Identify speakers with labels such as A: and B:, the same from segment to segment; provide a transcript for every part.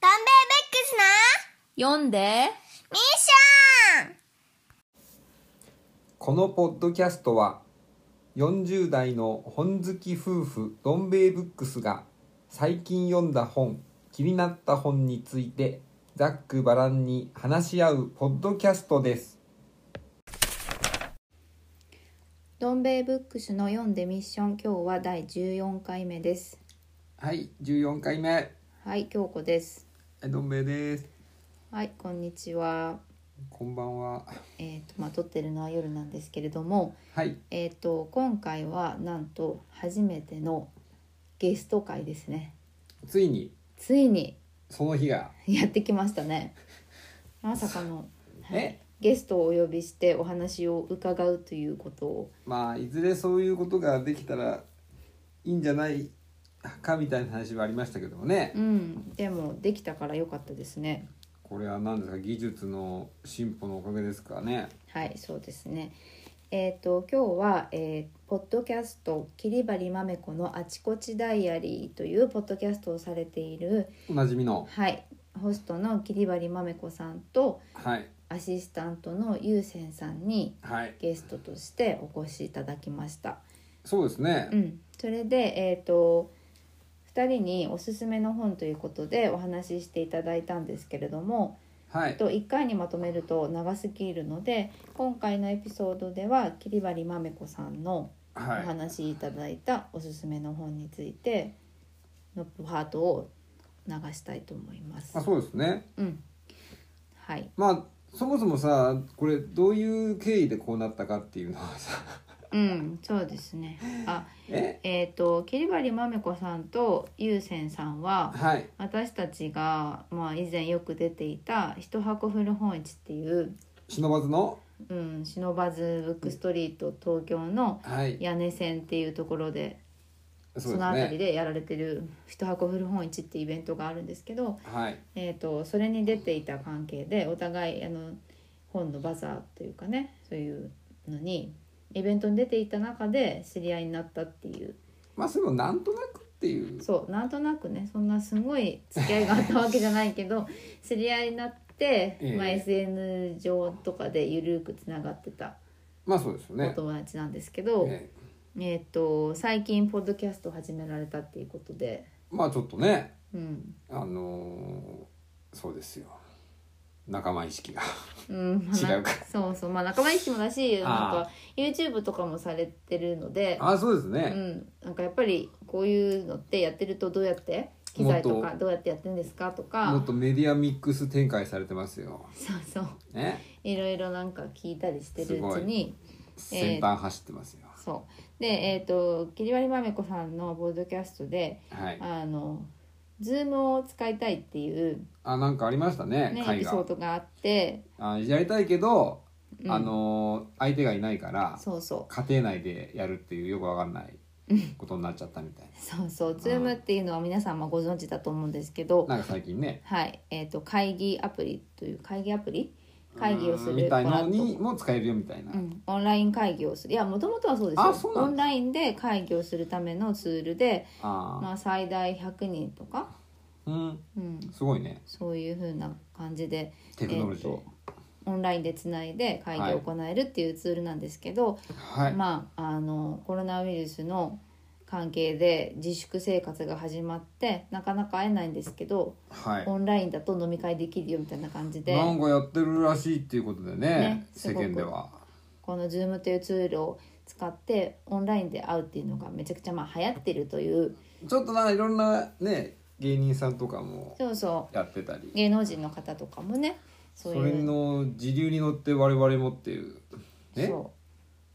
A: ダンベー
B: 読んで
A: ベックスなミッション
C: このポッドキャストは40代の本好き夫婦どん兵衛ブックスが最近読んだ本気になった本についてざっくばらんに話し合うポッドキャストです
D: どん兵衛ブックスの読んでミッション今日は第14回目です
C: はい14回目
D: はい京子です
C: どん兵衛です
D: はいこんにちは
C: こんばんは
D: えっ、とまあ撮ってるのは夜なんですけれども
C: はい
D: えっ、と今回はなんと初めてのゲスト会ですね
C: ついに
D: ついに
C: その日が
D: やってきましたねまさかの、はい
C: え
D: ゲストをお呼びしてお話を伺うということを
C: まあいずれそういうことができたらいいんじゃないかみたいな話はありましたけどもね
D: うんでもできたから良かったですね
C: これは何ですか技術の進歩のおかげですかね
D: はい、そうですね。えっ、と今日は、えーポッドキャスト「キリバリマメコのあちこちダイアリー」というポッドキャストをされている
C: おなじみの
D: はいホストのキリバリマメコさんと
C: はい
D: アシスタントのゆうせんさんに
C: はい
D: ゲストとしてお越しいただきました。
C: そうですね、
D: うん、それでえっ、と2人におすすめの本ということでお話ししていただいたんですけれども、
C: はい
D: と1回にまとめると長すぎるので今回のエピソードでは桐張まめこさんのお
C: はい
D: 話しいただいたおすすめの本についてのパートを流したいと思います
C: あ。そうですね
D: うん、はい、
C: まあそもそもさこれどういう経緯でこうなったかっていうのはさ
D: うん、そうですね。あ、
C: え
D: えっ、と桐張まめこさんとゆうせんさんは
C: はい
D: 私たちがまあ以前よく出ていた一箱古本市っていう、
C: 忍ばずの
D: うん、忍ばずブックストリート東京の
C: はい
D: 屋根線っていうところで
C: そ
D: そう
C: です
D: の辺り
C: ね
D: でやられてる「一箱古本市」ってイベントがあるんですけど、
C: はい
D: えー、とそれに出ていた関係でお互いあの本のバザーというかねそういうのにイベントに出ていた中で知り合いになったっていう
C: まあそれもなんとなくっていう
D: そうなんとなくねそんなすごい付き合いがあったわけじゃないけど 知り合いになって、
C: ええ
D: まあ、SN 上とかでゆるくつながってた
C: まあそうですよ
D: お
C: ね
D: 友達なんですけど。
C: ええ
D: えー、と最近ポッドキャスト始められたっていうことで、
C: まあちょっとね
D: うん
C: あのーそうですよ仲間意識が
D: うんまあ
C: 違うか
D: そうそうまあ仲間意識もだしなん
C: あ
D: か YouTube とかもされてるので、
C: あそうです
D: う
C: ね、
D: ん、なんかやっぱりこういうのってやってるとどうやって機材と
C: もっ
D: か
C: と
D: どうやってやってるんですかと
C: もっ
D: か
C: とメディアミックス展開されてますよ
D: そうそう
C: ね
D: いろいろなんか聞いたりしてるうちに
C: 先端走ってますよ、
D: そうでえっ、と桐割まめこさんのポッドキャストで
C: はい
D: あの Zoom を使いたいっていう、
C: あなんかありましたね
D: ね、エ
C: 会
D: ピ
C: が
D: ソードがあって。
C: あやりたいけど、
D: うん
C: あの相手がいないから
D: そうそう
C: 家庭内でやるっていうよくわかんないことになっちゃったみたい
D: そうそう、ズームっていうのは皆さんもご存知だと思うんですけど、
C: ななんか最近ね
D: はい、えっ、と会議アプリという会議アプリ会議をす
C: う
D: る
C: んみたいの
D: こう
C: にも使えるよみたいな、
D: うん、オンライン会議をするいやもともとはそうですよ
C: あそうなんだ
D: オンラインで会議をするためのツールで、
C: あ
D: まあ、最大100人とか、
C: あうん
D: うん、
C: すごいね
D: そういう風な感じで
C: テクノロジー、
D: えーとオンラインでつないで会議を行えるっていうツールなんですけど、
C: はい、
D: まあ、あのコロナウイルスの関係で自粛生活が始まってなかなか会えないんですけど
C: はい
D: オンラインだと飲み会できるよみたいな感じで
C: なんかやってるらしいっていうことでね
D: ね
C: 世
D: すごく
C: 間では
D: この Zoom というツールを使ってオンラインで会うっていうのがめちゃくちゃまあ流行ってるという
C: ちょっとなんかいろんなね芸人さんとかも
D: そうそ
C: やってたり
D: う芸能人の方とかもねそ
C: そうれ
D: いう
C: の時流に乗って我々もっていうね
D: そ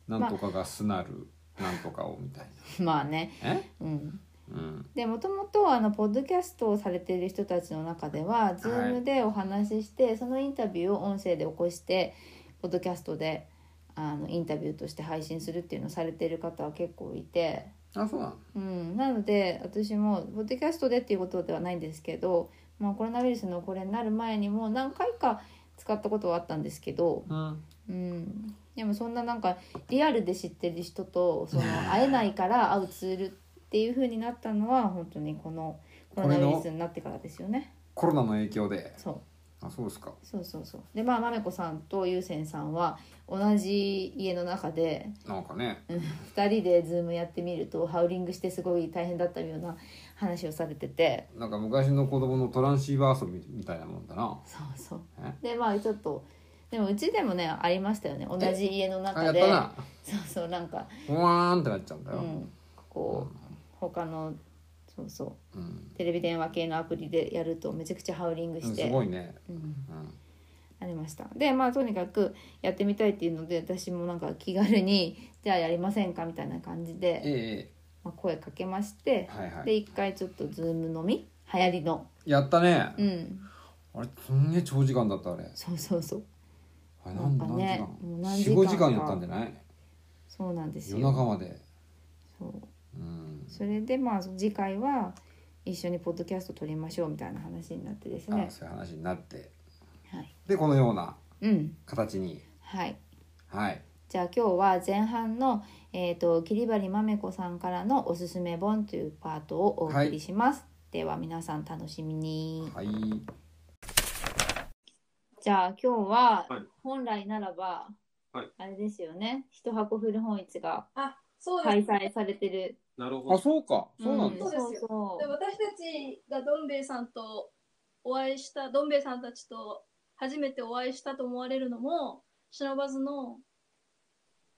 C: なんとかがすなる、なんとかをみたいう
D: まあ ね、
C: な。え？
D: うん、
C: うん。
D: でもともとあのポッドキャストをされている人たちの中では Zoom でお話しして、そのインタビューを音声で起こしてポッドキャストであのインタビューとして配信するっていうのをされている方は結構いて、
C: あ、そうなの。
D: うん、なので私もポッドキャストでっていうことではないんですけど、まあ、コロナウイルスのこれになる前にも何回か使ったことはあったんですけど、
C: うん。
D: うん、でもそんななんかリアルで知ってる人とその会えないから会うツールっていう風になったのは本当にこのコロナウイルスになってからですよね。
C: コロナの影響で
D: そう
C: あそうですか
D: そうそうそうでまあまめこさんとゆうせんさんは同じ家の中で
C: なんかね
D: 2人でズームやってみるとハウリングしてすごい大変だったような話をされてて
C: なんか昔の子供のトランシーバー遊びみたいなもんだな
D: そうそう
C: え
D: でまあちょっとでもうちでもねありましたよね同じ家の
C: あ
D: 中
C: やっ
D: で
C: たな
D: そうそうなんか
C: ふわーんってなっちゃうんだ
D: う
C: よ、
D: んこう他のそうそう
C: うん
D: テレビ電話系のアプリでやるとめちゃくちゃハウリング
C: うん、
D: し
C: す
D: て、
C: ごいね、
D: うん、
C: うん、
D: ありましたでまあとにかくやってみたいっていうので私もなんか気軽にじゃあやりませんかみたいな感じ
C: ええ
D: で、
C: え
D: まあ、声かけまして
C: え、はいは
D: で
C: い
D: 一回ちょっとズーム飲み流行りの
C: やったね、
D: うん
C: あれすんげえ長時間だったあれ
D: そうそうそう
C: あれ何
D: なんかねもう何
C: 何
D: 時
C: 時
D: 間か
C: 間45時間やったんじゃない
D: そうなんですよ
C: 夜中まで
D: そう
C: うん
D: それでまあ次回は一緒にポッドキャスト撮りましょうみたいな話になってですね
C: あそういう話になって
D: はい
C: でこのような
D: うん
C: 形に
D: はい
C: はい
D: じゃあ今日は前半の、えー、と桐張まめこさんからのおすすめ本というパートをお送りします、では皆さん楽しみに
C: はい
D: じゃあ今日は
B: はい
D: 本来ならば、
B: はい
D: あれですよね一箱古本市が
E: あ、そうで
D: 開
E: す。で
D: 催されてる
B: なるほ
C: あ
B: ど。
C: そうかそうなんだ、
E: そうですよ
D: そうそう
E: 私たちがどん兵衛さんとお会いした、どん兵衛さんたちと初めてお会いしたと思われるのも、不忍ばずの、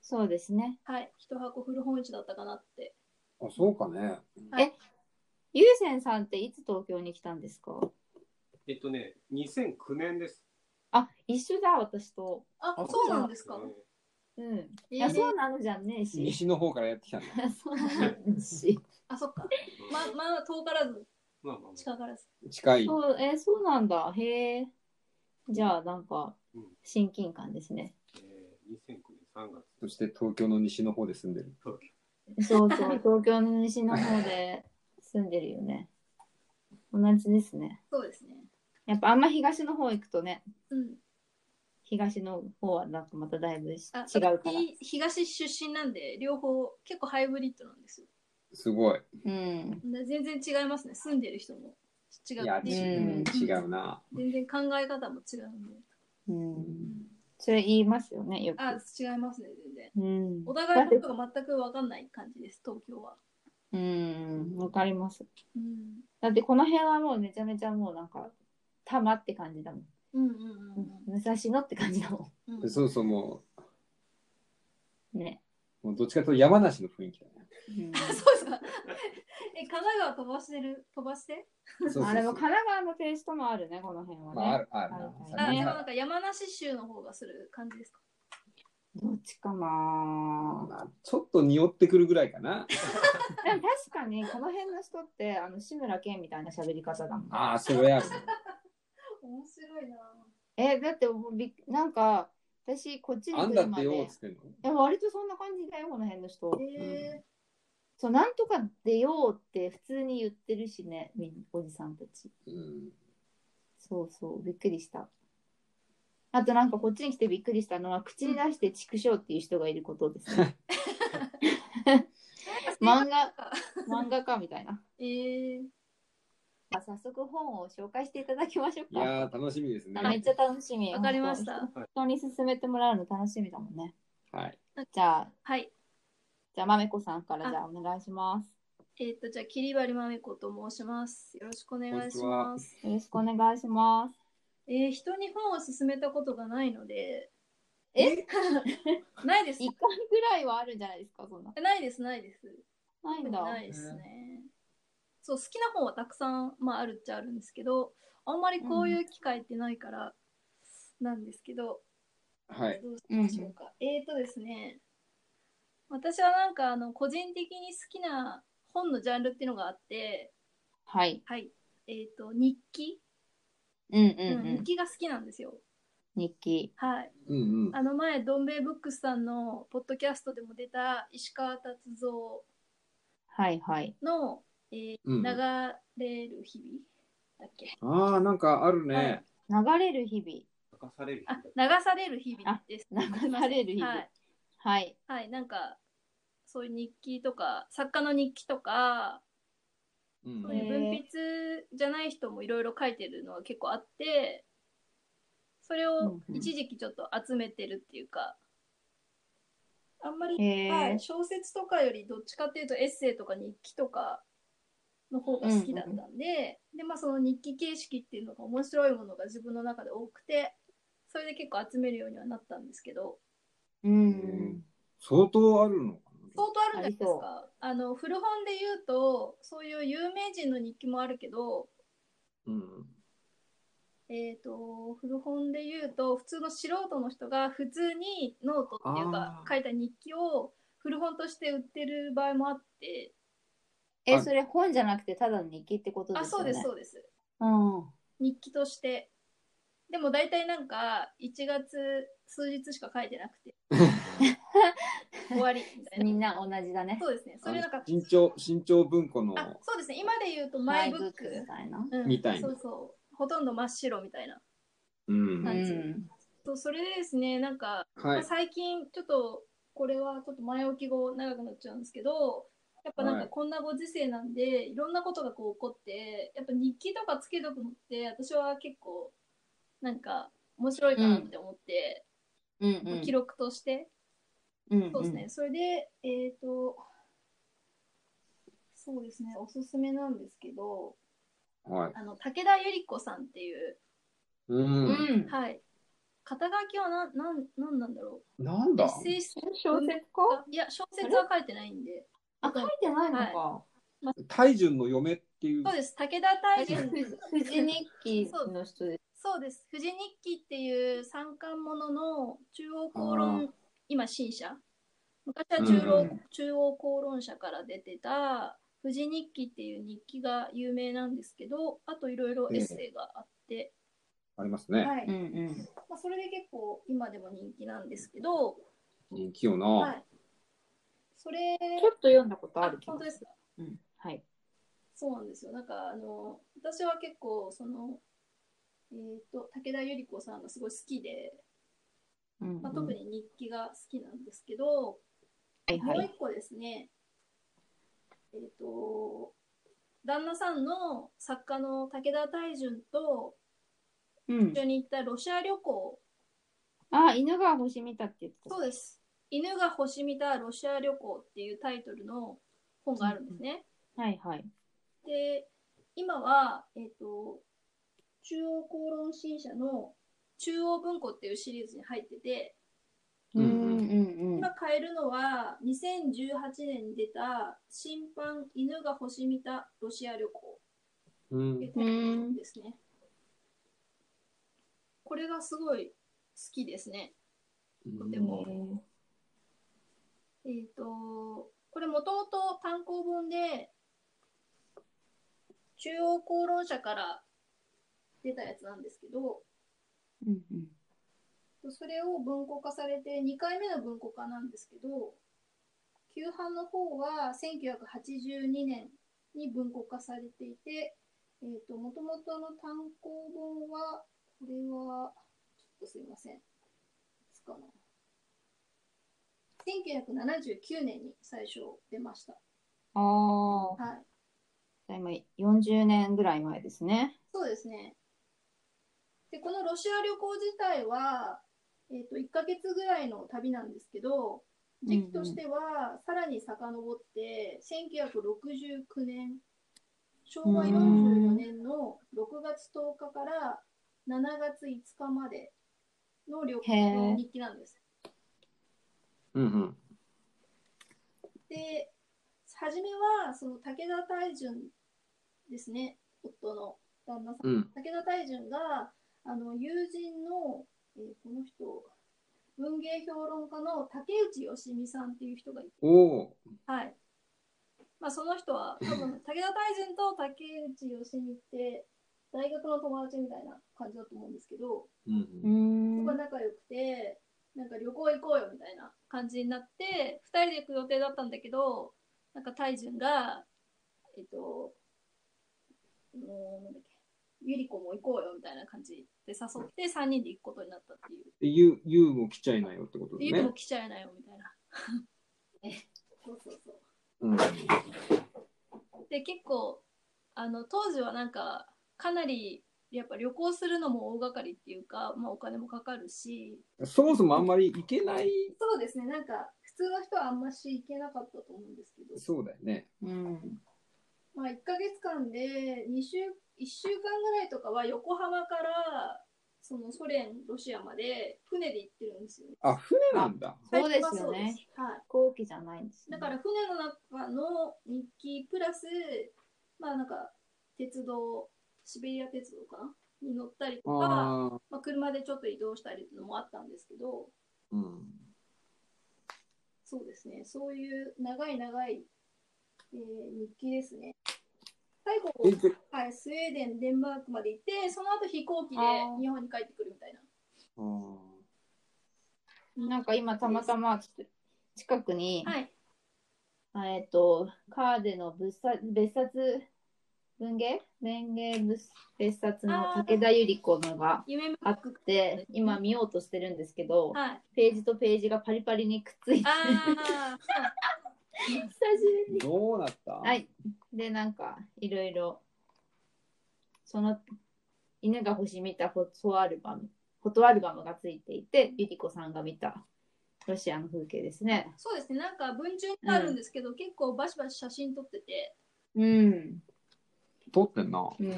D: そうですね
E: はい、一箱古本市だったかなって。
C: あそうかね
D: ゆうせんさんっていつ東京に来たんですか
B: えっとね、2009年です。
D: あ一緒だ私と
E: あ、
C: あ
E: そうなんですか。
D: うんい
E: い
D: やそうなのじゃねえし
C: 西の方からやってきたね
D: そうなのし
E: あ、そっか。
B: ま
E: ま
B: あ、
E: まあ、遠からず、
B: まあまあ、
E: 近からず。
C: 近い
D: そうえーそうなんだへえじゃあなんか
B: うん
D: 親近感ですね、
B: えー、2009年3月。
C: そして東京の西の方で住んでる
D: そうそう 東京の西の方で住んでるよね同じですね
E: そうですね。
D: やっぱあんま東の方行くとね
E: うん。
D: 東の方はなんかまただいぶ違う
E: あ、
D: から
E: 私東出身なんで、両方、結構ハイブリッドなんですよ。
C: すごい
D: うん
E: で全然違いますね。住んでる人も違
C: いや、
E: う
C: ち
E: し
D: う
C: うん
D: ん
C: 違うな
E: 全然考え方も違うんで。
D: うんそれ言いますよねよく
E: あ、違いますね、全然。
D: うん
E: お互いのことが全く分かんない感じです、東京は。
D: うんわかります
E: うん。
D: だってこの辺はもうめちゃめちゃもうなんか多摩って感じだもん
E: うんうん
D: 武蔵野って感じだも
E: うん
C: でそうそうも
D: んね、
C: うもうどっちかというと山梨の雰囲気だね
D: うん
E: そうですか。え、神奈川飛ばしてる、飛ばして
C: そうそうそう
D: あでも神奈川のテイストもあるねこの辺はね、
C: まああるある
E: あ、
C: な、
E: で
D: ね
E: もなんか山梨州の方がする感じですか。
D: どっちかな
C: まあ、ちょっと匂ってくるぐらいかな
D: でも確かにこの辺の人ってあの志村けんみたいな喋り方だもん
C: ああそれ やる
E: 面白いな
D: えだってもうびっなんか私こっちに
C: あ
D: 来
C: んだ
D: る
C: っ
D: ま
C: て
D: で
C: よっつってんの
D: え割とそんな感じだよこの辺の人
E: え
D: そうなんとか出ようって普通に言ってるしねみんおじさんたち
C: うん
D: そうそう、びっくりした。あとなんかこっちに来てびっくりしたのは、口に出して畜生っていう人がいることですね。漫画、漫画家みたいな。
E: ー、えー、
D: あ早速本を紹介していただきましょう
C: い
D: か。
C: やー楽しみですね
D: めっちゃ楽しみ。
E: わかりました
D: 本当に。人に勧めてもらうの楽しみだもんね。
C: はい
D: じゃあ、
E: はい。
D: じゃあまめこさんからじゃあお願いします。
E: えっ、と、じゃあ、桐張まめこと申します。よろしくお願いします。
D: よろしくお願いします。
E: えー、人に本を勧めたことがないので、
D: え、
E: ないです
D: 一。回ぐらいはあるんじゃないですか、そんな。
E: ないです、ないです。
D: ないんだ。
E: ないですね。そう好きな本はたくさん、まあ、あるっちゃあるんですけどあんまりこういう機会ってないからなんですけど、
C: はい
E: どうしましょうか、えーとですね私はなんかあの個人的に好きな本のジャンルっていうのがあって
D: はい。
E: はいえーと日記、
D: うんうん
E: うん
D: う
E: 日
D: ん。
E: 記が好きなんですよ
D: 日記。
E: はい
C: うんうん
E: あの前どん兵衛ブックスさんのポッドキャストでも出た石川達三
D: はいはい。
E: の「えー
C: うん
E: 流れる日々」だっけ
C: ああなんかあるね、
E: はい
D: 流れる日々。
B: 明かされる日
E: あ
B: だ。
E: 流される日々です。
D: 流される日々
E: はい、
D: はい。
E: はい、なんかそういう日記とか作家の日記とか
C: うん
E: そういう文筆じゃない人もいろいろ書いてるのは結構あってそれを一時期ちょっと集めてるっていうか、あんまり、
D: へー
E: はい、小説とかよりどっちかっていうとエッセイとか日記とかの方が好きだったんで、でまあ、その日記形式っていうのが面白いものが自分の中で多くてそれで結構集めるようにはなったんですけど
D: うん
F: 相当あるのかな
E: 相当あるじゃないです
D: あり
E: かあの古本で言うとそういう有名人の日記もあるけど
F: うん
E: えー、と古本で言うと普通の素人の人が普通にノートっていうか
F: あー
E: 書いた日記を古本として売ってる場合もあって
D: えそれ本じゃなくてただの日記ってこと
E: あ
D: です
E: そう
D: よね
E: ですそうです
D: うん
E: 日記としてでも大体なんか1月数日しか書いてなくて終わりみたいな
D: みんな同じだね
E: そうですねそれなんか
F: あの新潮新潮文庫の
E: あそうですね今で言うとマイブック
D: みたいな
E: うん
F: みたいな
E: そうそうほとんど真っ白みたいな
F: うん
E: は
F: はいい、
D: うん
E: そうそれでですねなんかまあ最近ちょっとこれはちょっと前置き語長くなっちゃうんですけどやっぱなん
F: は
E: か
F: い
E: こんなご時世なんで、い、ろんなことがこう起こってやっぱ日記とかつけとくのって私は結構なんか面白いかなって思って、
D: うんう
E: まあ
D: ん
E: 記録として、
D: うん
E: そうですねそれでえっ、とそうですねおすすめなんですけど
F: はい、
E: あの武田百合子さんっていう、
F: うん、
D: うん
E: はい、肩書きはなんなんなんなんだろ
F: なん
E: うエ
F: だ
E: ッセイスト
D: 小説か
E: いや小説は書いてないんで。
D: あ書いてないのか、
F: 大順の嫁っていう
E: そうです武田大臣
D: 富士日記の人です。
E: そうです「富士日記」っていう三冠ものの中央公論今新社昔は中央,、
F: うん
E: 中央公論社から出てた「富士日記」っていう日記が有名なんですけどあといろいろエッセイがあって、
F: ありますね、
E: はい
D: うんうん。
E: まあ、それで結構今でも人気なんですけど、
F: 人気よな、
E: はい、それ
D: ちょっと読んだことあ
E: あ
D: る気
E: 本
D: が
E: 当ですか
D: うん。はい。
E: そうなんですよ。なんかあの私は結構そのえっ、と武田百合子さんがすごい好きで、
D: うん
E: まあ、特に日記が好きなんですけど、
D: はいは
E: もう
D: い。
E: 一個ですね。えっ、と旦那さんの作家の武田大純と
D: うん
E: 一緒に行ったロシア旅行、
D: あ、犬が星見たって言ってた。
E: そうです。犬が星見たロシア旅行っていうタイトルの本があるんですね。
D: はいはい。
E: で今は、えっと中央公論新社の中央文庫っていうシリーズに入ってて
D: うん
F: うん
D: うんうん。
E: 今買えるのは2018年に出た新版「犬が星見たロシア旅行
F: うん」
E: っていう本ですねこれがすごい好きですねとてもえっ、とこれもともと単行本で中央公論社から出たやつなんですけど
D: うんうん
E: それを文庫化されて2回目の文庫化なんですけど旧版の方は1982年に文庫化されていてえー、と元々の単行本はこれはちょっとすいませんいつかな1979年に最初出ました
D: あ
E: はい
D: あ、今40年ぐらい前ですね。
E: そうですね。で、このロシア旅行自体は、えっ、と、1ヶ月ぐらいの旅なんですけど、時期としては、さらに遡って、1969年、昭和44年の6月10日から7月5日までの旅
D: へ
E: 行
D: ー
E: の日記なんです。
F: うんうん
E: で、初めは、その武田大純ですね、夫の旦那さん
F: うん
E: 武田大純があの友人の、えーこの人文芸評論家の竹内義美さんっていう人がいて、
F: おお
E: はいまあ、その人は多分武田大純と竹内義美って大学の友達みたいな感じだと思うんですけど
F: うん
D: うー
E: そ
D: ん
E: こ。が仲良くてなんか旅行行こうよみたいな感じになって2人で行く予定だったんだけどなんか大純がえっともうなんだっけゆり子も行こうよみたいな感じで誘って3人で行くことになったっていう。
F: でゆゆうも来ちゃいないよってことで
E: でゆり
F: ね
E: も来ちゃいなよみたいな。 そうそうそう
F: うん
E: で結構あの当時はなんかかなりやっぱ旅行するのも大掛かりっていうか、まあ、お金もかかるし
F: そもそもあんまり行けない、
E: そうですねなんか普通の人はあんまし行けなかったと思うんですけど、
F: そうだよね。
D: うん
E: まあ、1ヶ月間で2週1週間ぐらいとかは横浜からそのソ連ロシアまで船で行ってるんですよね。
F: あ、船なんだ。
D: そうですよね
E: 最初はそうですはい
D: 飛行機じゃないんです、
E: だから船の中の日記プラス、まあなんか鉄道、シベリア鉄道かなに乗ったりとか、
F: ああ。
E: まあ車でちょっと移動したりっていうのもあったんですけど、
F: うん。
E: そうですね、そういう長い長い、えー日記ですね。最後、
F: え、じゃ
E: はい、スウェーデン、デンマークまで行って、その後飛行機で
D: あー
E: 日本に帰ってくるみたいな。
F: あー
D: なんか今たまたま近くに、
E: はい、
D: えっとカーデの物産別冊文芸文芸物別冊の武田百合子のが
E: 夢見
D: あって今見ようとしてるんですけど、
E: はい。
D: ページとページがパリパリにくっついて
E: あ
D: 久しぶりに
F: どうなった
D: は。いでなんかいろいろその犬が星見たフォトアルバムフォトアルバムがついていて百合子さんが見たロシアの風景ですね
E: あ、そうですね、なんか文中にあるんですけど、結構バシバシ写真撮ってて、
D: うん
F: 撮ってんな。
D: うん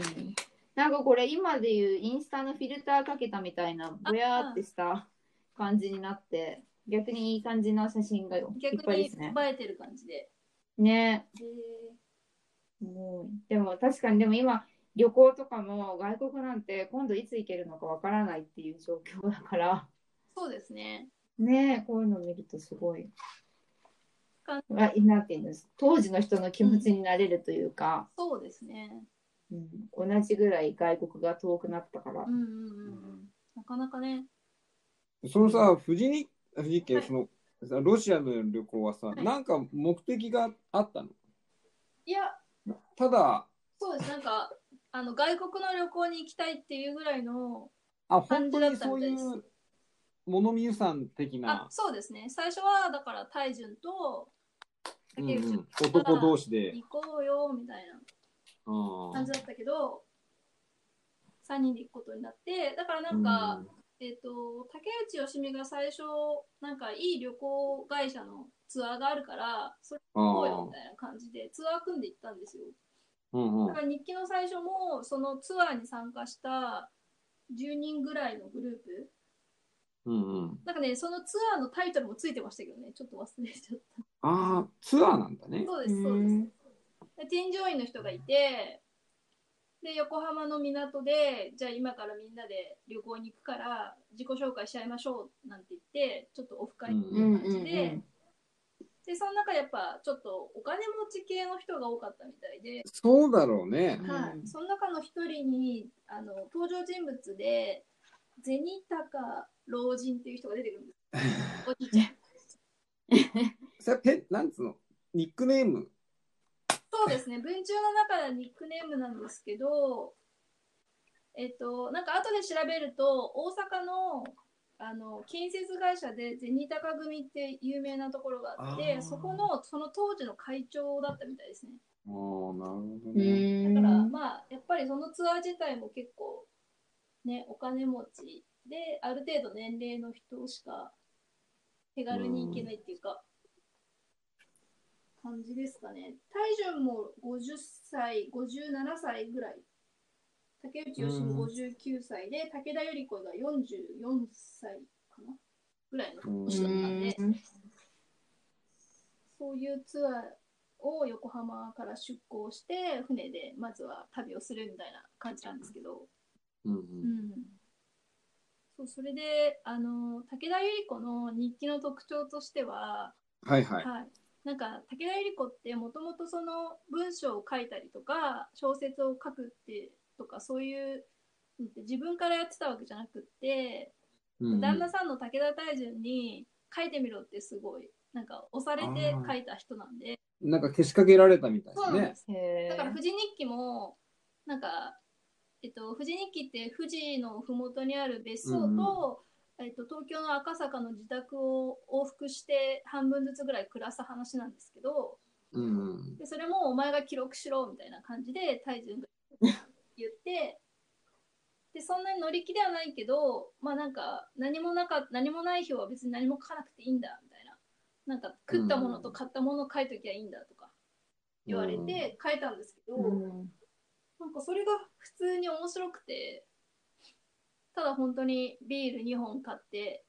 D: なんかこれ今でいうインスタのフィルターかけたみたいなぼやーってした感じになって逆にいい感じの写真がいっ
E: 逆
D: ぱい
E: に
D: で
E: 映
D: すね。
E: えてる感じで。
D: ね
E: へー
D: もうでも確かにでも今旅行とかも外国なんて今度いつ行けるのかわからないっていう状況だ から
E: そうですね。
D: ねこういうの見るとすごい
E: か。
D: あなんていうんです当時の人の気持ちになれるというか、
E: そうですね。
D: うん、同じぐらい外国が遠くなったから
E: うんうんうんうん。なかなかね。
F: そのさ、富士に、富士
E: は
F: 家、
E: い
F: その、さロシアの旅行はさ、
E: はい
F: なんか目的があったの
E: いや、
F: ただ、
E: そうです。なんか、あの外国の旅行に行きたいっていうぐらいの、
F: あ、
E: 感
F: 本
E: じ
F: 当
E: だっ
F: に
E: た
F: そう
E: みたい
F: い
E: です
F: う、物見遊山的
E: あ
F: な、
E: そうですね。最初は、だから、タイジュンと、
F: うん
E: 竹
F: う
E: 内
F: ん、男同士で。
E: 行こうよ、みたいな
F: あ
E: 感じだったけど、3人で行くことになって、だからなんか、えっ、と、竹内よしみが最初、なんかいい旅行会社のツアーがあるから、それ
F: あ
E: 行こうよ
F: ー
E: みたいな感じでツアー組んで行ったんですよ。
F: うんう
E: だ
F: ん
E: から日記の最初もそのツアーに参加した10人ぐらいのグループ
F: うんうん
E: なんかねそのツアーのタイトルもついてましたけどねちょっと忘れちゃっ
F: ああ、ツアーなんだ
E: た
F: ね。
E: そうですそう
D: う
E: で
D: ん
E: すで添乗員の人がいてで横浜の港でじゃあ今からみんなで旅行に行くから自己紹介しちゃいましょうなんて言ってちょっとオフ会みたいな感じで、
D: うんうんうん
E: でその中やっぱちょっとお金持ち系の人が多かったみたいで
F: そうだろうね。
E: は
D: うん
E: い、その中の一人にあの登場人物で銭高老人っていう人が出てくるんです。おじいちゃん。
F: それペなんつうのニックネーム。
E: そうですね。文中の中のニックネームなんですけど、えっとなんか後で調べると大阪のあの建設会社で銭高組って有名なところがあっ
F: あ
E: て、
F: ー
E: そこのその当時の会長だったみたいですね。
F: ああ、なるほど
D: う
F: ね。
E: だ
D: ん
E: から、まあやっぱりそのツアー自体も結構ねお金持ちである程度年齢の人しか手軽に行けないっていうか、感じですかね大順も50歳57歳ぐらい竹内義
F: うん
E: も59歳で、武田頼子が44歳かなぐらいの年だったんで、
D: うん
E: そういうツアーを横浜から出港して船でまずは旅をするみたいな感じなんですけど、
F: うん
E: う
F: うん
E: ん、そうそれであの武田百合子の日記の特徴としては、
F: はいは
E: はい
F: い。
E: なんか武田百合子ってもともとその文章を書いたりとか小説を書くってとかそういうのって自分からやってたわけじゃなくって
F: うんうん
E: 旦那さんの武田大順に書いてみろってすごいなんか押されて書いた人なんで
F: なんかけしかけられたみたい
E: そう
F: だ
E: なんで
F: ね。
E: す
D: へー
E: だから富士日記もなんか、えっと、富士日記って富士の麓にある別荘と、えっと、東京の赤坂の自宅を往復して半分ずつぐらい暮らす話なんですけど、
F: うん。
E: でそれもお前が記録しろみたいな感じでタイジュンが言 ってでそんなに乗り気ではないけどまあなんか何もなか何もない日は別に何も書かなくていいんだみたいななんか食ったものと買ったものを書いときゃいいんだとか言われて書いたんですけど、なんかそれが普通に面白くてただ本当にビール2本買って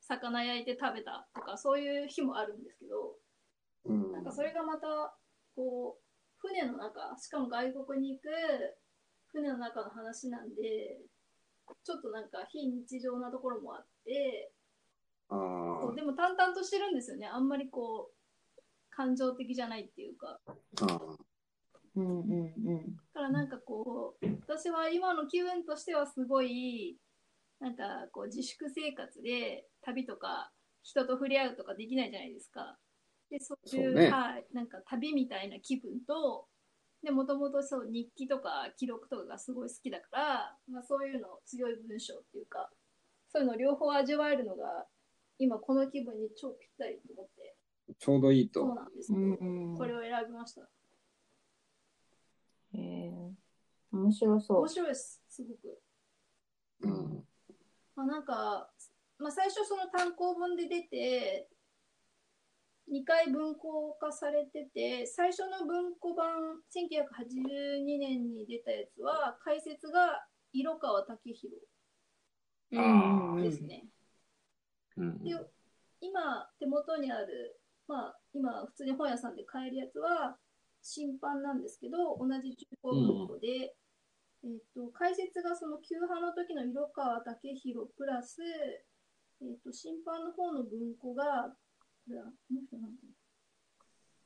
E: 魚焼いて食べたとかそういう日もあるんですけど。
F: うん。
E: なんかそれがまたこう船の中しかも外国に行く船の中の話なんでちょっとなんか非日常なところもあって
F: あ
E: こ
F: ー
E: うでも淡々としてるんですよねあんまりこう感情的じゃないっていうか
F: あー。
D: うんうんうん
E: だからなんかこう私は今の気分としてはすごいなんかこう自粛生活で旅とか人と触れ合うとかできないじゃないですか。でそうい
F: そううね
E: はい、なんか旅みたいな気分とでもともとそう日記とか記録とかがすごい好きだから、まあ、そういうの強い文章っていうかそういうの両方味わえるのが今この気分に超ぴったりと思って
F: ちょうどいいと。
E: そうなんですけど、
D: うんうん
E: これを選びました
D: へえ面白そう
E: 面白いですすごく。
F: うん。
E: まあ、なんか、まあ、最初その単行本で出て2回文庫化されてて最初の文庫版1982年に出たやつは解説が色川武宏
F: あ
D: うんうんうん
E: ですね。
F: うん。
E: で今手元にある、まあ、今普通に本屋さんで買えるやつは新版なんですけど同じ中古文庫で、えっと解説がその旧版の時の色川武宏プラス、えっと新版の方の文庫がこれはこの人なんていうの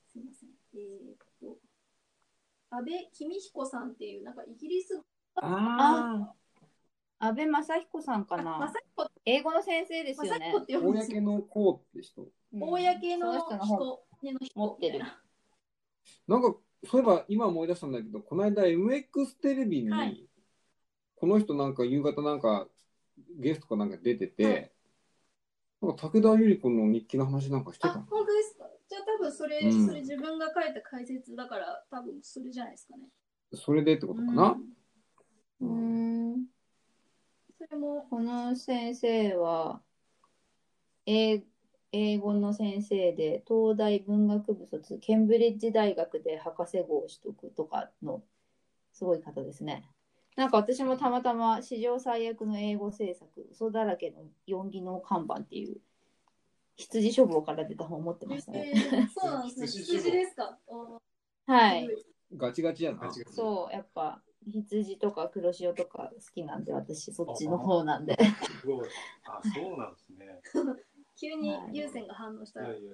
E: すいませんえっと安倍公彦さんっていうなんかイギリス
F: あ
D: 安倍正彦さんか
E: ま
D: な
E: さ彦
D: 英語の先生です
E: ま
D: よ
E: さ
D: ね
E: 彦って
F: あ。
E: 呼ぶんですよ
F: 公のこうって人。
D: うん
E: 公
D: そ
E: の
D: 人の本
E: 人ねの人
D: 持ってる
E: みたいな
F: なんか、そういえば今思い出したんだけど、この間 MX テレビに、
E: はい
F: この人なんか夕方なんかゲストかなんか出てて、
E: はい
F: なんか武田百合子の日記の話なんかしてた
E: あ
F: の、
E: 本当ですか。じゃあ多分それ、
F: うん
E: それ自分が書いた解説だから多分それじゃないですかね。
F: それでってことか
D: う
F: な、
D: んうん
E: それも
D: この先生は英英語の先生で東大文学部卒ケンブリッジ大学で博士号を取得とかのすごい方ですね。なんか私もたまたま史上最悪の英語制作嘘だらけの四技能看板っていう羊書房から出た本持ってましたね。
E: えーそうなんですね。
B: 羊
E: 羊ですか。お
D: はい。
F: ガチガチやな。
D: そう、やっぱ羊とか黒潮とか好きなんで私そっちの方なんで。
B: すごい。あ、そうなんですね。
E: 急に優先が反応し
B: い
E: た
B: やい
E: ら
B: や。いや。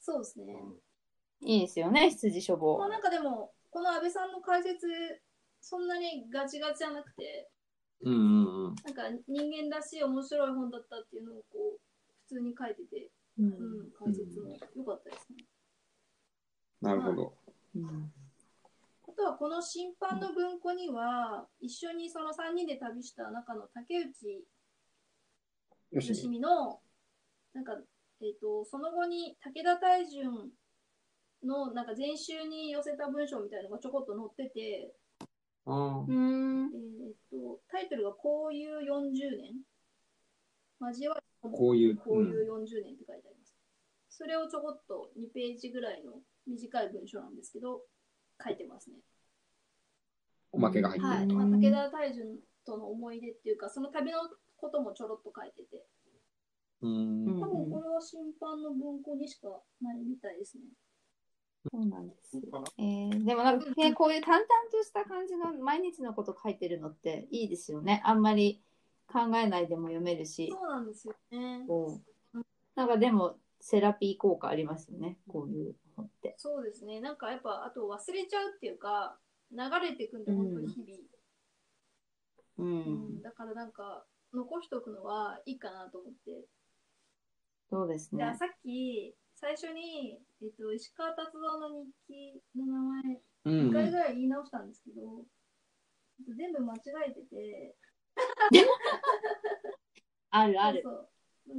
E: そうですね。
D: いいですよね羊書
E: ま
D: 房
E: あ。なんかでもこの安倍さんの解説そんなにガチガチじゃなくて、
F: うんうんうん。
E: なんか人間らしい面白い本だったっていうのをこう普通に書いてて、
D: う
E: うんん、解説も良かったですね。
F: なるほど。
E: あとはこの審判の文庫には、一緒にその3人で旅した中の竹内
F: よ
E: よし
F: し。
E: みの、なんか、えっ、と、その後に武田大順の、なんか前週に寄せた文章みたいなのがちょこっと載ってて、
F: あー
D: うん
E: えっ、と、タイトルがこういう40年。交わる
F: こういう。
E: こういう40年って書いてあります。それをちょこっと2ページぐらいの短い文章なんですけど、書いてますね。
F: おまけが入って
E: はい、
F: ると。
E: まあ、武田大順との思い出っていうかその旅のこともちょろっと書いてて
F: うん
D: うん
E: 多分これは審判の文庫にしかないみたいですね。
D: そうなんですよ。
B: かな
D: えーでもなんか、ね、こういう淡々とした感じの毎日のこと書いてるのっていいですよね。あんまり考えないでも読めるし、
E: そうなんですよね。
D: こうなんかでもセラピー効果ありますよね。こういう本って。
E: そうですね。なんかやっぱあと忘れちゃうっていうか流れていくんで本当に日々、
D: う
E: うん
D: ん、
E: だからなんか残しておくのはいいかなと思って。
D: そうです
E: で
D: ね。
E: さっき最初に、えっと、石川達郎の日記の名前
F: う
E: 一
F: ん
E: 回ぐらい言い直したんですけど、全部間違えてて。
D: あるある。
E: そうそう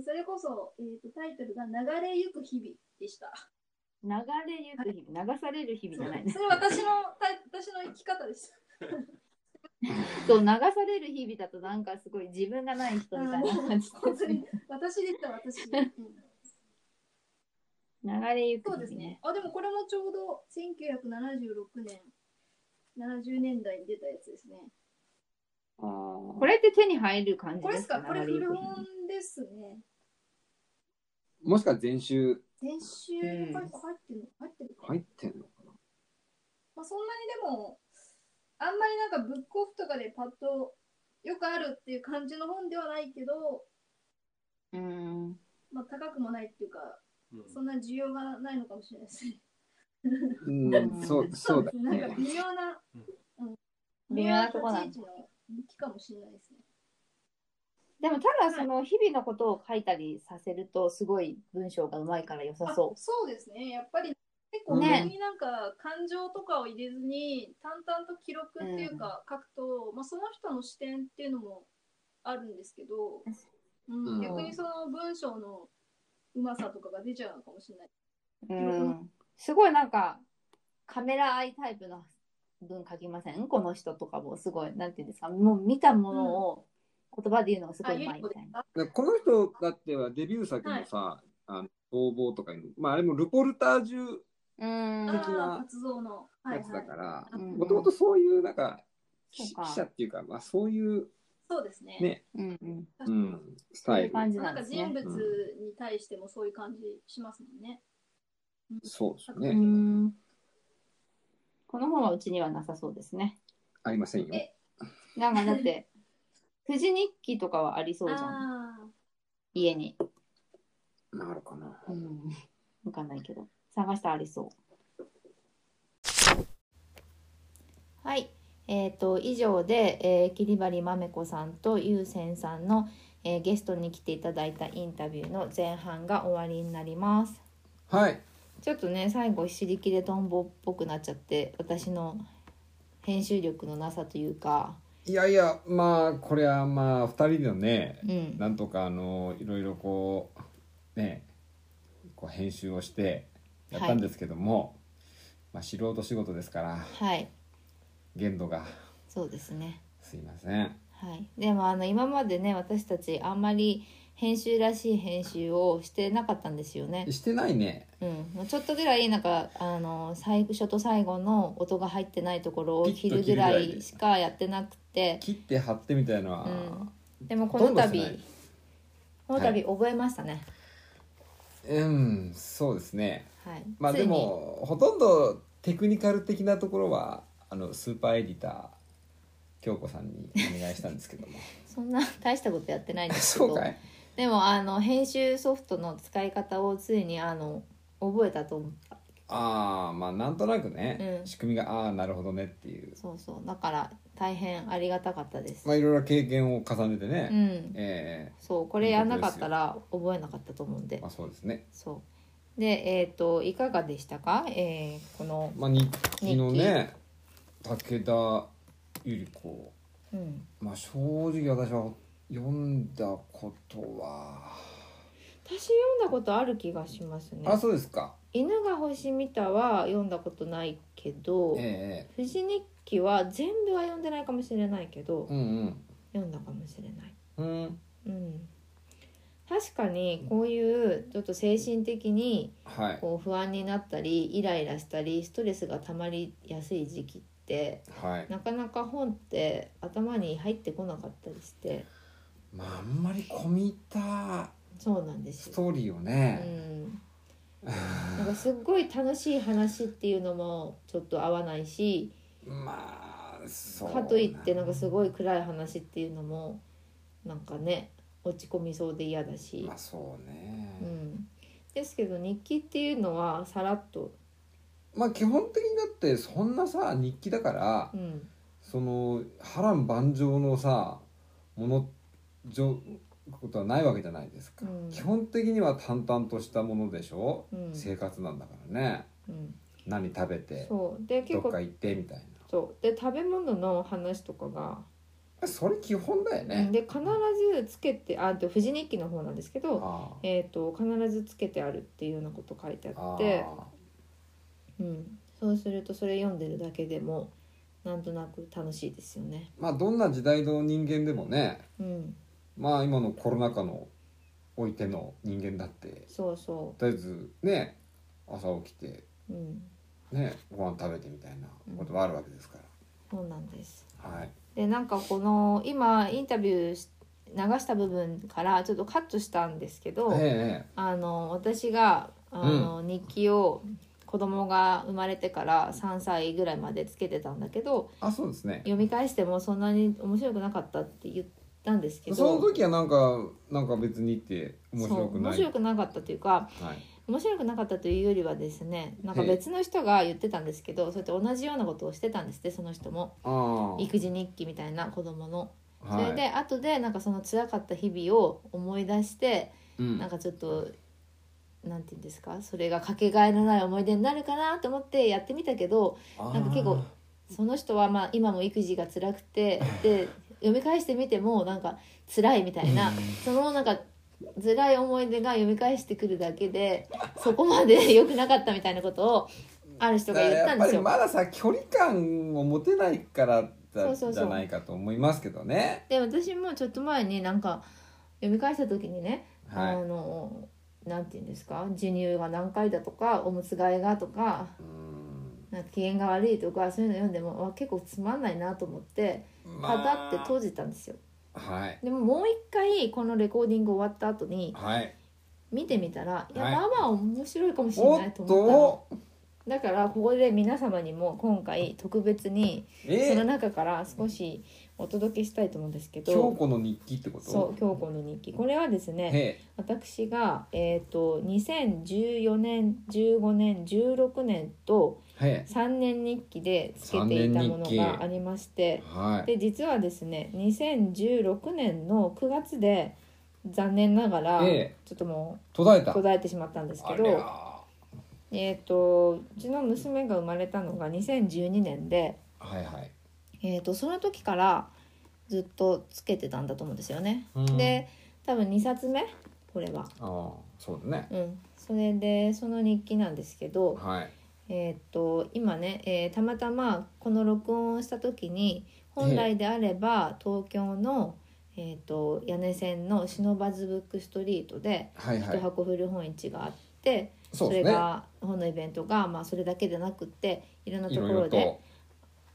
E: それこそ、えー、とタイトルが「流れゆく日々」でした。
D: 流れる日々、流される日々じゃないね。
E: それ私のた私の生き 方です。
D: そう、流される日々だとなんかすごい自分がない人みたいな感じ
E: 本当
D: で
E: に私で言ったら私、うん
D: 流れゆく
E: そう
D: 日
E: です
D: 々
E: ね
D: ね。。
E: あでもこれもちょうど1976年70年代に出たやつですね。
F: あー
D: これって手に入る感じ
E: これですか？これ
D: 流
E: 古
D: ゆく日々
E: 本ですね。
F: もしか全集
E: 先週
D: うん
E: 入ってるの入ってるか。
F: 入ってんのかな
E: まあそんなにでもあんまりなんかブックオフとかでパッとよくあるっていう感じの本ではないけど、
D: うん。
E: まあ高くもないっていうか
B: うん
E: そんな需要がないのかもしれないですね。
F: うん、そう、そうだ
E: ですね。なん
F: ね
E: か。微妙な、うん
D: 微妙なとこなん
E: 立ち位置の向きかもしれないですね。
D: でもただその日々のことを書いたりさせるとすごい文章がうまいから良さそ
E: あそうですね。やっぱり結構、
D: ね
E: ね、になんか感情とかを入れずに淡々と記録っていうか書くと、まあ、その人の視点っていうのもあるんですけど、うん
F: うん
E: 逆にその文章のうまさとかが出ちゃうのかもしれない。
D: う。うん。すごいなんかカメラアイタイプの文書きませんこの人とかもすごい、なんていうんですか、もう見たものを言葉で言うのがすご
E: あ、
D: いう
E: ゆ
D: まい
E: り
D: み
E: こ
D: た
E: で
D: い
E: す
D: な。
E: か
F: でこの人だってはデビュー作もさ、あの逃亡とかいう、まああれもルポルタージュ
D: うん。
E: あ
F: 素敵な
E: ー活動の。はい
F: や
E: はい
F: つ。だから、
D: うん
F: もともとそういうなんか、
D: そう
F: 記
D: か
F: 者っていうか、まあそういう、
E: そうですね。
F: ね
D: うんうん。
F: うん、スタ
D: そうい
F: イ
D: う
F: ル。
D: 感じ
E: な
D: なんん
E: か
D: です
E: 人
D: ね。
E: 物に対してもそういう感じしますもんね。
F: そうです
D: う
F: ね、
D: ん。この本はうちにはなさそうですね。
F: ありませんよ。
E: え
D: なんかだ って、富士日記とかはありそうじゃん。
E: ああ。
D: 家に。
F: なるかな。
D: うん。わかんないけど。探したらありそう。はい。えっ、と、以上で、えー、キリバリマメコさんとユウセンさんの、えーゲストに来ていただいたインタビューの前半が終わりになります。
F: はい。
D: ちょっとね最後自力でトンボっぽくなっちゃって私の編集力のなさというか
C: いやいやまあこれはまあ2人のね
D: うん
C: なんとかあのいろいろこうねこう編集をしてやったんですけども、まあ素人仕事ですから
D: はい
C: 限度が
D: そうですね
C: すいません
D: はいでもあの今までね私たちあんまり編集らしい編集をしてなかったんですよね
C: してないね
D: うんもうちょっとぐらいなんかあの最初と最後の音が入ってないところを
C: ピッ
D: 切
C: と
D: る
C: 切る
D: ぐ
C: ぐら
D: ら
C: いで
D: いしかやってなくて
C: 切って貼ってみたいのは、
D: うんでもこ
C: ほ
D: の
C: とんどして
D: 度
C: ない
D: この度覚えましたね
C: うんそうですね
D: はい、
C: まあ
D: つい
C: で
D: に
C: もほとんどテクニカル的なところはあのスーパーエディター京子さんにお願いしたんです けども
D: そんな大したことやってないんですけ
C: そ
D: ど
C: うかい
D: でもあの編集ソフトの使い方をついにあの覚えたと思った
C: ああまあなんとなくね、
D: うん
C: 仕組みがああなるほどねっていう
D: そうそうだから大変ありがたかったです、
C: まあいろいろ経験を重ねてね、
D: うん
C: え
D: そうこれやんなかったら覚えなかったと思うん
C: え
D: で
C: まあそうですね
D: そうでえっ、といかがでしたかえーこの
C: まあ日記のね武田百合子
D: うん
C: まあ正直私は読んだことは、
D: 私読んだことある気がしますね
C: あそうですか
D: 犬が星見たは読んだことないけど
C: え
D: 富士日記は全部は読んでないかもしれないけど
C: えうん
D: 読んだかもしれない
C: うんうん
D: うん、確かにこういうちょっと精神的に
C: はい
D: こう不安になったりイライラしたりストレスがたまりやすい時期って
C: はい
D: なかなか本って頭に入ってこなかったりして
C: まああんまり込み入った
D: そうなんです
C: ス
D: よ。
C: トーリーを
D: う
C: ね、
D: ん、なんかすっごい楽しい話っていうのもちょっと合わないし
C: まあそう
D: かといってなんかすごい暗い話っていうのもなんかね落ち込みそうで嫌だし
C: まあ。そうね、
D: うん、ですけど日記っていうのはさらっと、
C: まあ基本的にだってそんなさ日記だから、
D: うん、
C: その波乱万丈のさものじょことはないわけじゃないですか、
D: うん
C: 基本的には淡々としたものでしょ、
D: うん
C: 生活なんだからね
D: うん、
C: 何食べて
D: そうで結
C: どっ
D: 構
C: か行ってみたい
D: そうで食べ物の話とか
C: なそれ基本だよ
D: が、
C: ね、
D: で必ずつけてあと富士日記の方なんですけど、
C: あ
D: えー、と必ずつけてあるっていうようなこと書いて
C: あ
D: あって
C: ああ
D: うん、そうするとそれ読んでるだけでもなんとなく楽しいですよね。
C: まあどんな時代の人間でもね
D: うん、
C: まあ今のコロナ禍のおいての人間だって
D: そうそ
C: とりあえずね朝起きて
D: う、うん、
C: ねご飯食べてみたいなことはあるわけですか
D: そうなんです。
C: ら、はい
D: でなんかこの今インタビューし流した部分からちょっとカットしたんですけど、
C: え
D: あの私があの、日記を子供が生まれてから3歳ぐらいまでつけてたんだけど
C: えあそうですね
D: 読み返してもそんなに面白くなかったって言ったんですけど
C: その時はなんかなんか別にって面白
D: そう
C: く
D: 面
C: ない
D: 白くなかったというか
C: はい、
D: 面白くなかったというよりはですねなんか別の人が言ってたんですけどそうやって同じようなことをしてたんですってその人も
C: あ
D: 育児日記みたいな子供の。そ
C: あ
D: れで、
C: はい
D: 後でなんかその辛かった日々を思い出して、
C: うん
D: なんかちょっとなんて言うんですかそれがかけがえのない思い出になるかなと思ってやってみたけどなんか結構その人はまあ今も育児が辛くてで読み返してみてもなんか辛いみたいなそのなんか辛い思い出が読み返してくるだけでそこまで 良くなかったみたいなことをある人
C: だ
D: が
C: か
D: 言っ
C: らや
D: た
C: っ
D: ん
C: ぱ
D: です
C: り
D: よ。
C: まださ距離感を持てないからだ
D: そうそうそう
C: じゃないかと思いますけどね
D: で私もちょっと前になんか読み返した時にねあ
C: はい
D: のなんていうんですか授乳が何回だとかおむつ替えがとか
C: うん
D: なんか機嫌が悪いとかそういうの読んでもわ結構つまんないなと思ってパタって閉じたんですよ。
C: はい
D: でももう一回このレコーディング終わった後に
C: はい
D: 見てみたらいや
C: はい
D: まあまあ面白いかもしれ
C: お
D: ない
C: っ
D: と思ったの
C: と
D: だからここで皆様にも今回特別に
C: え
D: その
C: ー、
D: 中から少しお届けしたいと思うんですけ
C: 京
D: ど
C: 子の日記ってこと
D: そう京子の日記これはですね
C: え
D: 私が、えー、と2014年15年16年と
C: えへ
D: 3年日記でつけていたもの
C: 三年日記
D: がありまして
C: えはい
D: で実はですね2016年の9月で残念ながら、
C: ええ
D: ちょっとも
C: 途絶え
D: う
C: た
D: 途絶えてしまったんですけ
C: ありゃ
D: どえー、とうちの娘が生まれたのが2012年で、
C: はいはい
D: えー、とその時からずっとつけてたんだと思うんですよね。
C: うん
D: で多分2冊目これは。
C: ああそうだね
D: うん、それでその日記なんですけど、
C: はい
D: えーっと今ね、えーたまたまこの録音をした時に本来であれば東京の、えーっと屋根線の不忍ばずブックストリートで
C: はいは
D: 一
C: い
D: 箱古本市があって、
C: そ
D: そう
C: で
D: れ
C: すね
D: が本のイベントが、まあ、それだけでなくっていろんなと
C: い
D: こ
C: ろいろ
D: ろで
C: と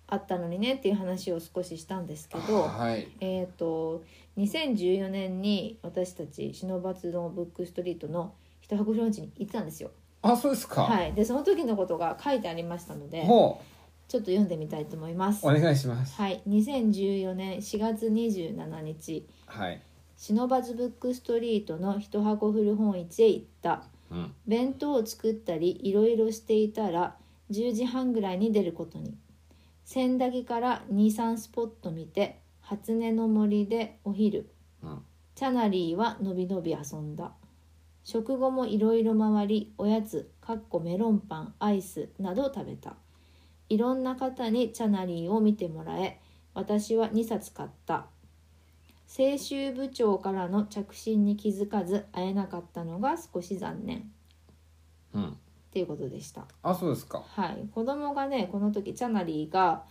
D: あったのにねっていう話を少ししたんですけど。
C: はい
D: えー、と2014年に私たち忍ばつのブックストリートの一箱フロンチに行ったんですよ。
C: あそうですか
D: はい、でその時のことが書いてありましたのでちょっ
C: も
D: と読んでみたいと思います。
C: うお
D: は
C: 願いします
D: い、2014年4月27日
C: はい
D: 忍ばずブックストリートの一箱古本市へ行った
C: うん
D: 弁当を作ったりいろいろしていたら10時半ぐらいに出ることに千駄木から23スポット見て初音の森でお昼、
C: うん
D: チャナリーはのびのび遊んだ食後もいろいろ回りおやつかっこメロンパンアイスなどを食べたいろんな方にチャナリーを見てもらえ私は2冊買った青州部長からの着信に気づかず会えなかったのが少し残念
C: うん
D: っていうことでした。
C: あそうですか
D: はい、子供がね、この時チャナリーが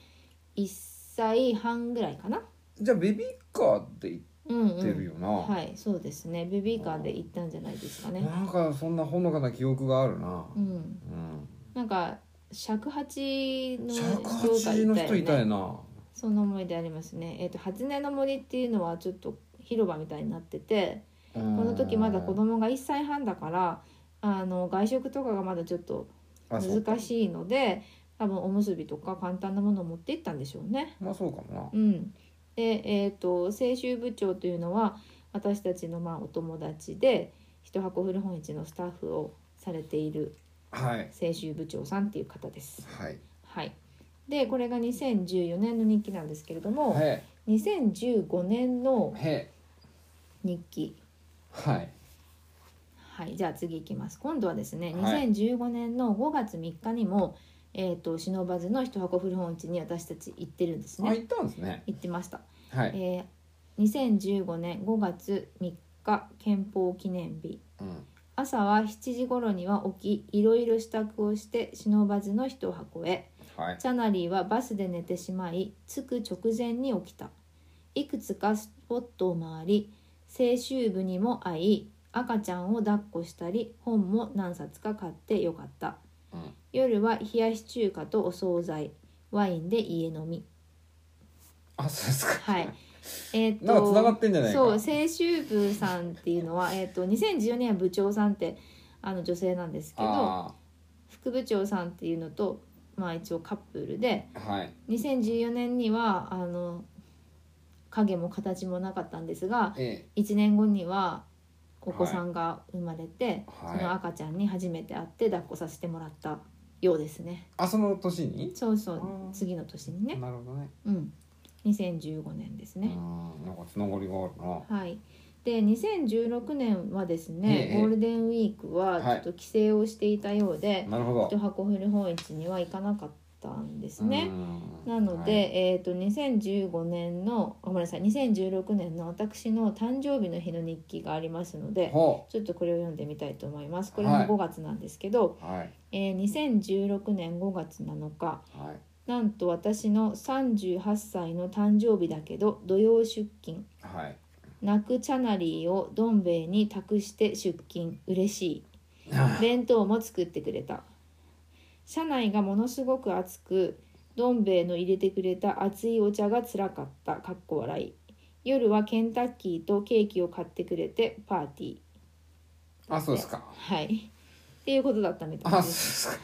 D: 1歳半ぐらいかな。
C: じゃあベビーカーで行
D: うん
C: ってる
D: うん。
C: よな、
D: はい、そうですね。ベビーカーで行ったんじゃないですかね。
C: なんかそんなほのかな記憶があるな
D: うん、
C: うん
D: なんか尺八の
C: 尺八の人いた
D: ね
C: よ。な
D: その思い出ありますね。えっ、と初音の森っていうのはちょっと広場みたいになってて、
C: こ
D: この時まだ子供が1歳半だから、あの外食とかがまだちょっと難
C: い
D: しいので、多分おむすびとか簡単なものを持って行ったんでしょうね。
C: まあそうかも
D: うん、で、えー、と青州部長というのは私たちのまあお友達で一箱古本市のスタッフをされている
C: なはい
D: 青州部長さんっていう方です。
C: はい
D: はい、でこれが2014年の日記なんですけれども、
C: へ
D: 2015年の
C: えへ
D: 日記
C: えはい
D: はいじゃあ次いきます今度はですね、
C: はい
D: 2015年の5月3日にもえー、と忍ばずの一箱古本市に私たち行ってるんです
C: あ
D: ね
C: 行ったんですね
D: 行ってました
C: はい
D: えー、2015年5月3日憲法記念日
C: うん
D: 朝は7時頃には起きいろいろ支度をして忍ばずの一箱へ
C: はい。
D: チャナリーはバスで寝てしまい着く直前に起きたいくつかスポットを回り青春部にも会い赤ちゃんを抱っこしたり本も何冊か買ってよかった、
C: うん
D: 夜は冷やし中華とお惣菜ワインで家飲み
C: あ、そうですか。
D: はい。えっと
C: なんか繋がってんじゃないか
D: そう青春部さんっていうのは、えっと2014年は部長さんってあの女性なんですけど
C: あ
D: 副部長さんっていうのと、まあ、一応カップルで
C: あ、はい。
D: 2014年にはあの影も形もなかったんですが
C: え
D: 1年後にはお子さんが生まれて、
C: はい
D: その赤ちゃんに初めて会って抱っこさせてもらったようですね。
C: あ、その年に。
D: そうそう
C: あー
D: 次の年にね、
C: なるほどね。
D: うん、2015年ですね。
C: うん、なんかつながりがあるな。
D: はい、で2016年はですね、
C: ええ
D: ゴールデンウィークはちょ
C: はい
D: っと帰省をしていたようで、
C: なるほ
D: 一
C: ど。
D: 箱古本市には行かなかったんですね。
C: うん
D: なので、
C: はい
D: えー、と2015年のあごめんなさい2016年の私の誕生日の日の日記がありますので
C: ほ
D: ちょっとこれを読んでみたいと思います。これ
C: は
D: も
C: い
D: 5月なんですけど、
C: う。はい。
D: えー2016年5月7日
C: はい。
D: なんと私の38歳の誕生日だけど土曜出勤
C: はい。
D: 泣くチャナリーをどん兵衛に託して出勤嬉しい
C: あ
D: 弁当も作ってくれた車内がものすごく暑くどん兵衛の入れてくれた熱いお茶がつらかったかっこ笑い夜はケンタッキーとケーキを買ってくれてパーティー
C: あ、そうですか。
D: はいっていうことだったみたい
C: あ、
D: で
C: そうですすか。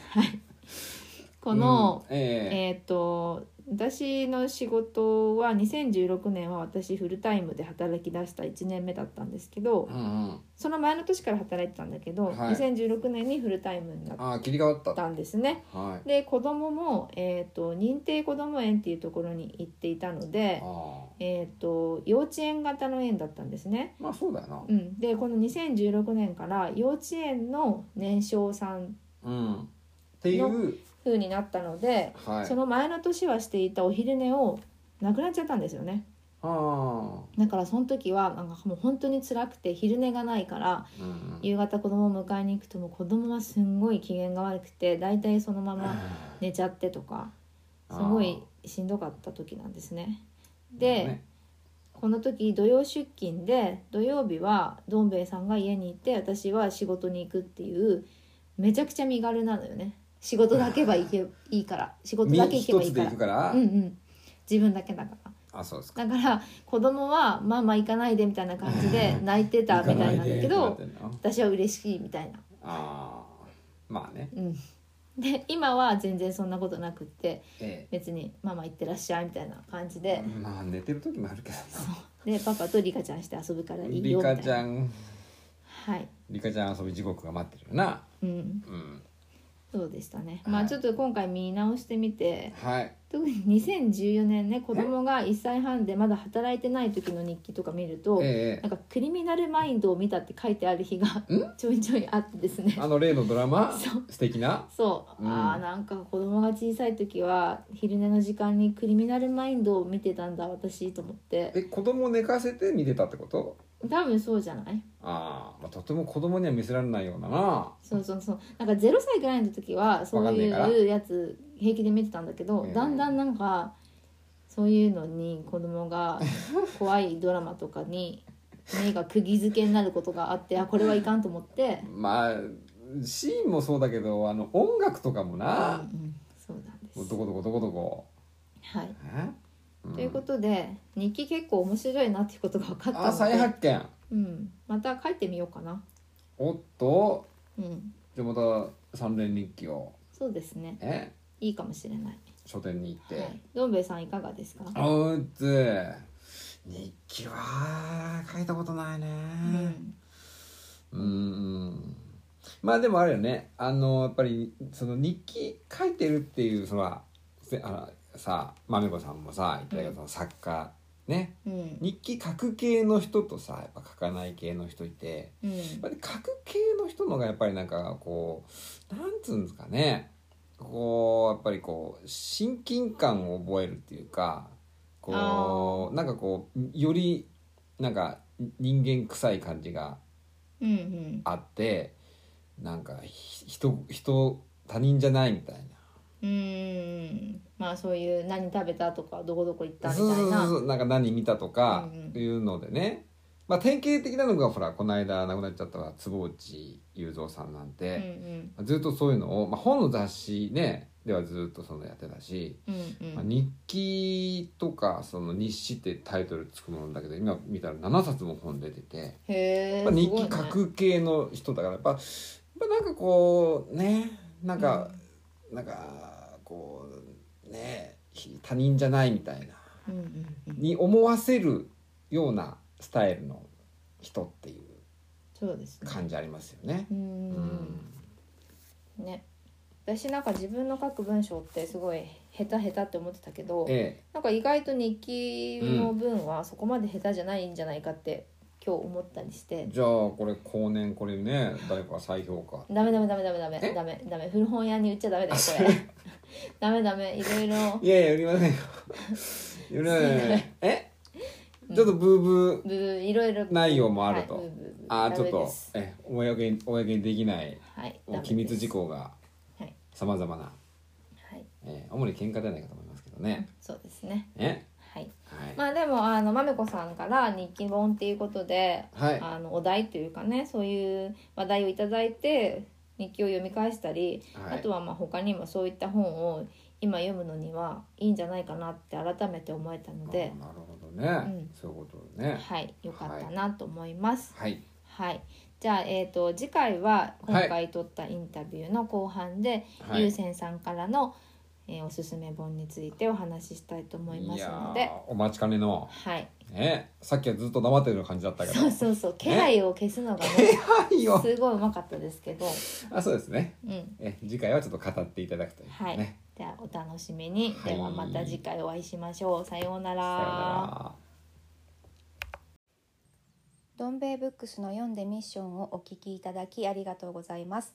D: この、
C: うん、ええ
D: えーっ、と私の仕事は2016年は私フルタイムで働き出した1年目だったんですけど、
C: うんうん。
D: その前の年から働いてたんだけど、
C: はい
D: 2016年にフルタイムになっ
C: あ、切り替わった。
D: たんですね。
C: はい。
D: で子供も、えー、と認定こども園っていうところに行っていたので
C: あ、あ。
D: えー、と幼稚園型の園だったんですね。
C: まあ、そうだよな
D: う。ん、でこの2016年から幼稚園の年少さん
C: うん。っていう。
D: 風になったので、
C: はい。
D: その前の年はしていたお昼寝をなくなっちゃったんですよね。
C: あ
D: だからその時はなんかもう本当に辛くて昼寝がないから
C: あ。うんうん。
D: 夕方子供を迎えに行くともう子供はすんごい機嫌が悪くて大体そのまま寝ちゃってとかすごいしんどかった時なんですね。で、
C: ね
D: この時土曜出勤で土曜日はどん兵衛さんが家にいて私は仕事に行くっていうめちゃくちゃ身軽なのよね仕事だけは行 けいいから仕事
C: 身
D: だけ行け
C: 一
D: ばいいか
C: つで
D: ら
C: 行くから
D: うんう。ん自分だけだから
C: あ、そうですか。
D: だから子供は「ママ行かないで」みたいな感じ で泣いてたみたいなんだけど
C: 行かないで行くなってんの
D: 私は嬉しいみたいな
C: ああ。まあね。
D: うん、で今は全然そんなことなくって
C: え
D: 別に「ママ行ってらっしゃい」みたいな感じ
C: え。
D: で
C: まあ、寝てる時もあるけどな。
D: でパパとリカちゃんして遊ぶからいい
C: リ
D: よみたい
C: カ
D: な
C: ちゃん。
D: はい、
C: リカちゃん遊び地獄が待ってるよな。
D: うん、
C: うん。
D: そうでしたね、
C: はい
D: まあちょっと今回見直してみて
C: はい。
D: 特に2014年ね子供が1歳半でまだ働いてない時の日記とか見ると、
C: ええ
D: なんか「クリミナルマインドを見た」って書いてある日がちょいちょいあってですね
C: あの例のドラマ
D: そう。
C: 素敵な。
D: そう、
C: うん
D: あーなんか子供が小さい時は昼寝の時間にクリミナルマインドを見てたんだ私と思って
C: え、子供寝かせて見てたってこと。
D: 多分そうじゃない
C: ああ、まあ、とても子供には見せられないようなな。
D: そうそうそうなんか0歳ぐらいの時はそうい
C: わかんね
D: うやつ平気で見てたんだけど、
C: ええ
D: だんだんなんかそういうのに子供 が怖いドラマとかに目が釘付けになることがあってあこれはいかんと思って、
C: まあ。シーンもそうだけど、あの音楽とかも
D: うんう
C: な。
D: ん、そうなんです
C: どこどこどこどこ。
D: はい、
C: えうん
D: ということで日記結構面白いなっていうことが分かったので
C: あ、再発見。
D: うん、また書いてみようかな。
C: おっと。
D: うん、
C: じゃあまた三連日記を
D: そうですね。
C: ね
D: いいかもしれない。
C: 書店に行って、
D: はい。どん兵衛さんいかがですか。
C: おうつ日記は書いたことないね
D: うん、
C: うんうんまあでもあるよねあのやっぱりその日記書いてるっていうそらせあらさまめこさんもさ言ったけどその作家ね
D: うん、
C: 日記書く系の人とさやっぱ書かない系の人いて
D: うん、
C: やっぱり書く系の人のがやっぱりなんかこうなんつうんですかねこうやっぱりこう親近感を覚えるっていうかこうなんかこうよりなんか人間臭い感じが
D: うん、うん、
C: あってなんかひ人人他人じゃないみたい
D: うんまあそういう何食べたとかどこどこ行った
C: な
D: みた
C: そうそう
D: い
C: そうそ
D: な
C: うなんか何見たとか
D: うんうん
C: いうのでね、まあ、典型的なのがほらこの間亡くなっちゃった坪内雄三さんなん
D: うんう
C: て、
D: ん
C: ずっとそういうのを、まあ、本の雑誌ねではずっとそのやってたし、
D: うんう
C: まあ
D: ん
C: 日記とかその日誌ってタイトルつくものだけど今見たら7冊も本出てて。
D: へえ
C: やっぱ日記書く系の人だからやっぱやっぱなんかこうねなんか、なんかこうねひ他人じゃないみたいな
D: うんうんうん
C: に思わせるようなスタイルの人っていう
D: そうですね
C: 感じありますよね。
D: う
C: うん
D: んね私なんか自分の書く文章ってすごい下手下手って思ってたけど
C: え
D: なんか意外と日記の文はそこまで下手じゃないんじゃないかって今日思ったりして
C: え、じゃあこれ後年これね誰か再評価
D: ダメダメダメダメダメ
C: え
D: ダメダメ古本屋に売っちゃダメだよこれ ダメダメいろいろ
C: いやいや売りませんよ売りませんよえちょっとブーブ
D: ブ
C: ー
D: ーいろいろ
C: 内容もあると
D: はいブーブーブー
C: あー
D: ダ
C: ちょっ
D: メ
C: と
D: です
C: え公に公にできない
D: はい
C: もう機密事項が
D: はい
C: さまざまな、
D: はい
C: えー主に喧嘩ではないかと思いますけど
D: うん
C: ね。
D: そうですね
C: ね
D: はい
C: はい、
D: まあでもあのまめこさんから日記本っていうことで
C: はい
D: あのお題というかねそういう話題をいただいて日記を読み返したり、
C: はい
D: あとはまあ他にもそういった本を今読むのにはいいんじゃないかなって改めて思えたので
C: あー、なるほどね、
D: うん
C: そういうことね。
D: はい良かったなと思います。
C: はい
D: はい、じゃあ、えー、と次回は今回撮ったインタビューの後半で、
C: はい
D: ゆうせんさんからの、えーおすすめ本についてお話ししたいと思いますので
C: ー。お待ちかねの、
D: はい、
C: ね、さっきはずっと黙ってるような感じだったけど
D: そうそうそう気配を消すのがね
C: はいよ
D: すごいうまかったですけど、
C: あそうですね
D: うん、
C: え次回はちょっと語っていただくというね。
D: はい、
C: さよ
D: じゃあお楽しみに、
C: はい
D: ではまた次回お会いしましょうさような
C: うな
D: ら
C: ら。
G: どん兵衛ブックスの読んでミッションをお聞きいただきありがとうございます、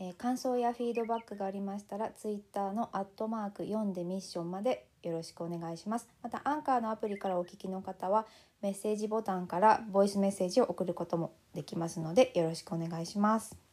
G: えー感想やフィードバックがありましたらツイッターのアットマーク読んでミッションまでよろしくお願いしますまたアンカーのアプリからお聞きの方はメッセージボタンからボイスメッセージを送ることもできますのでよろしくお願いします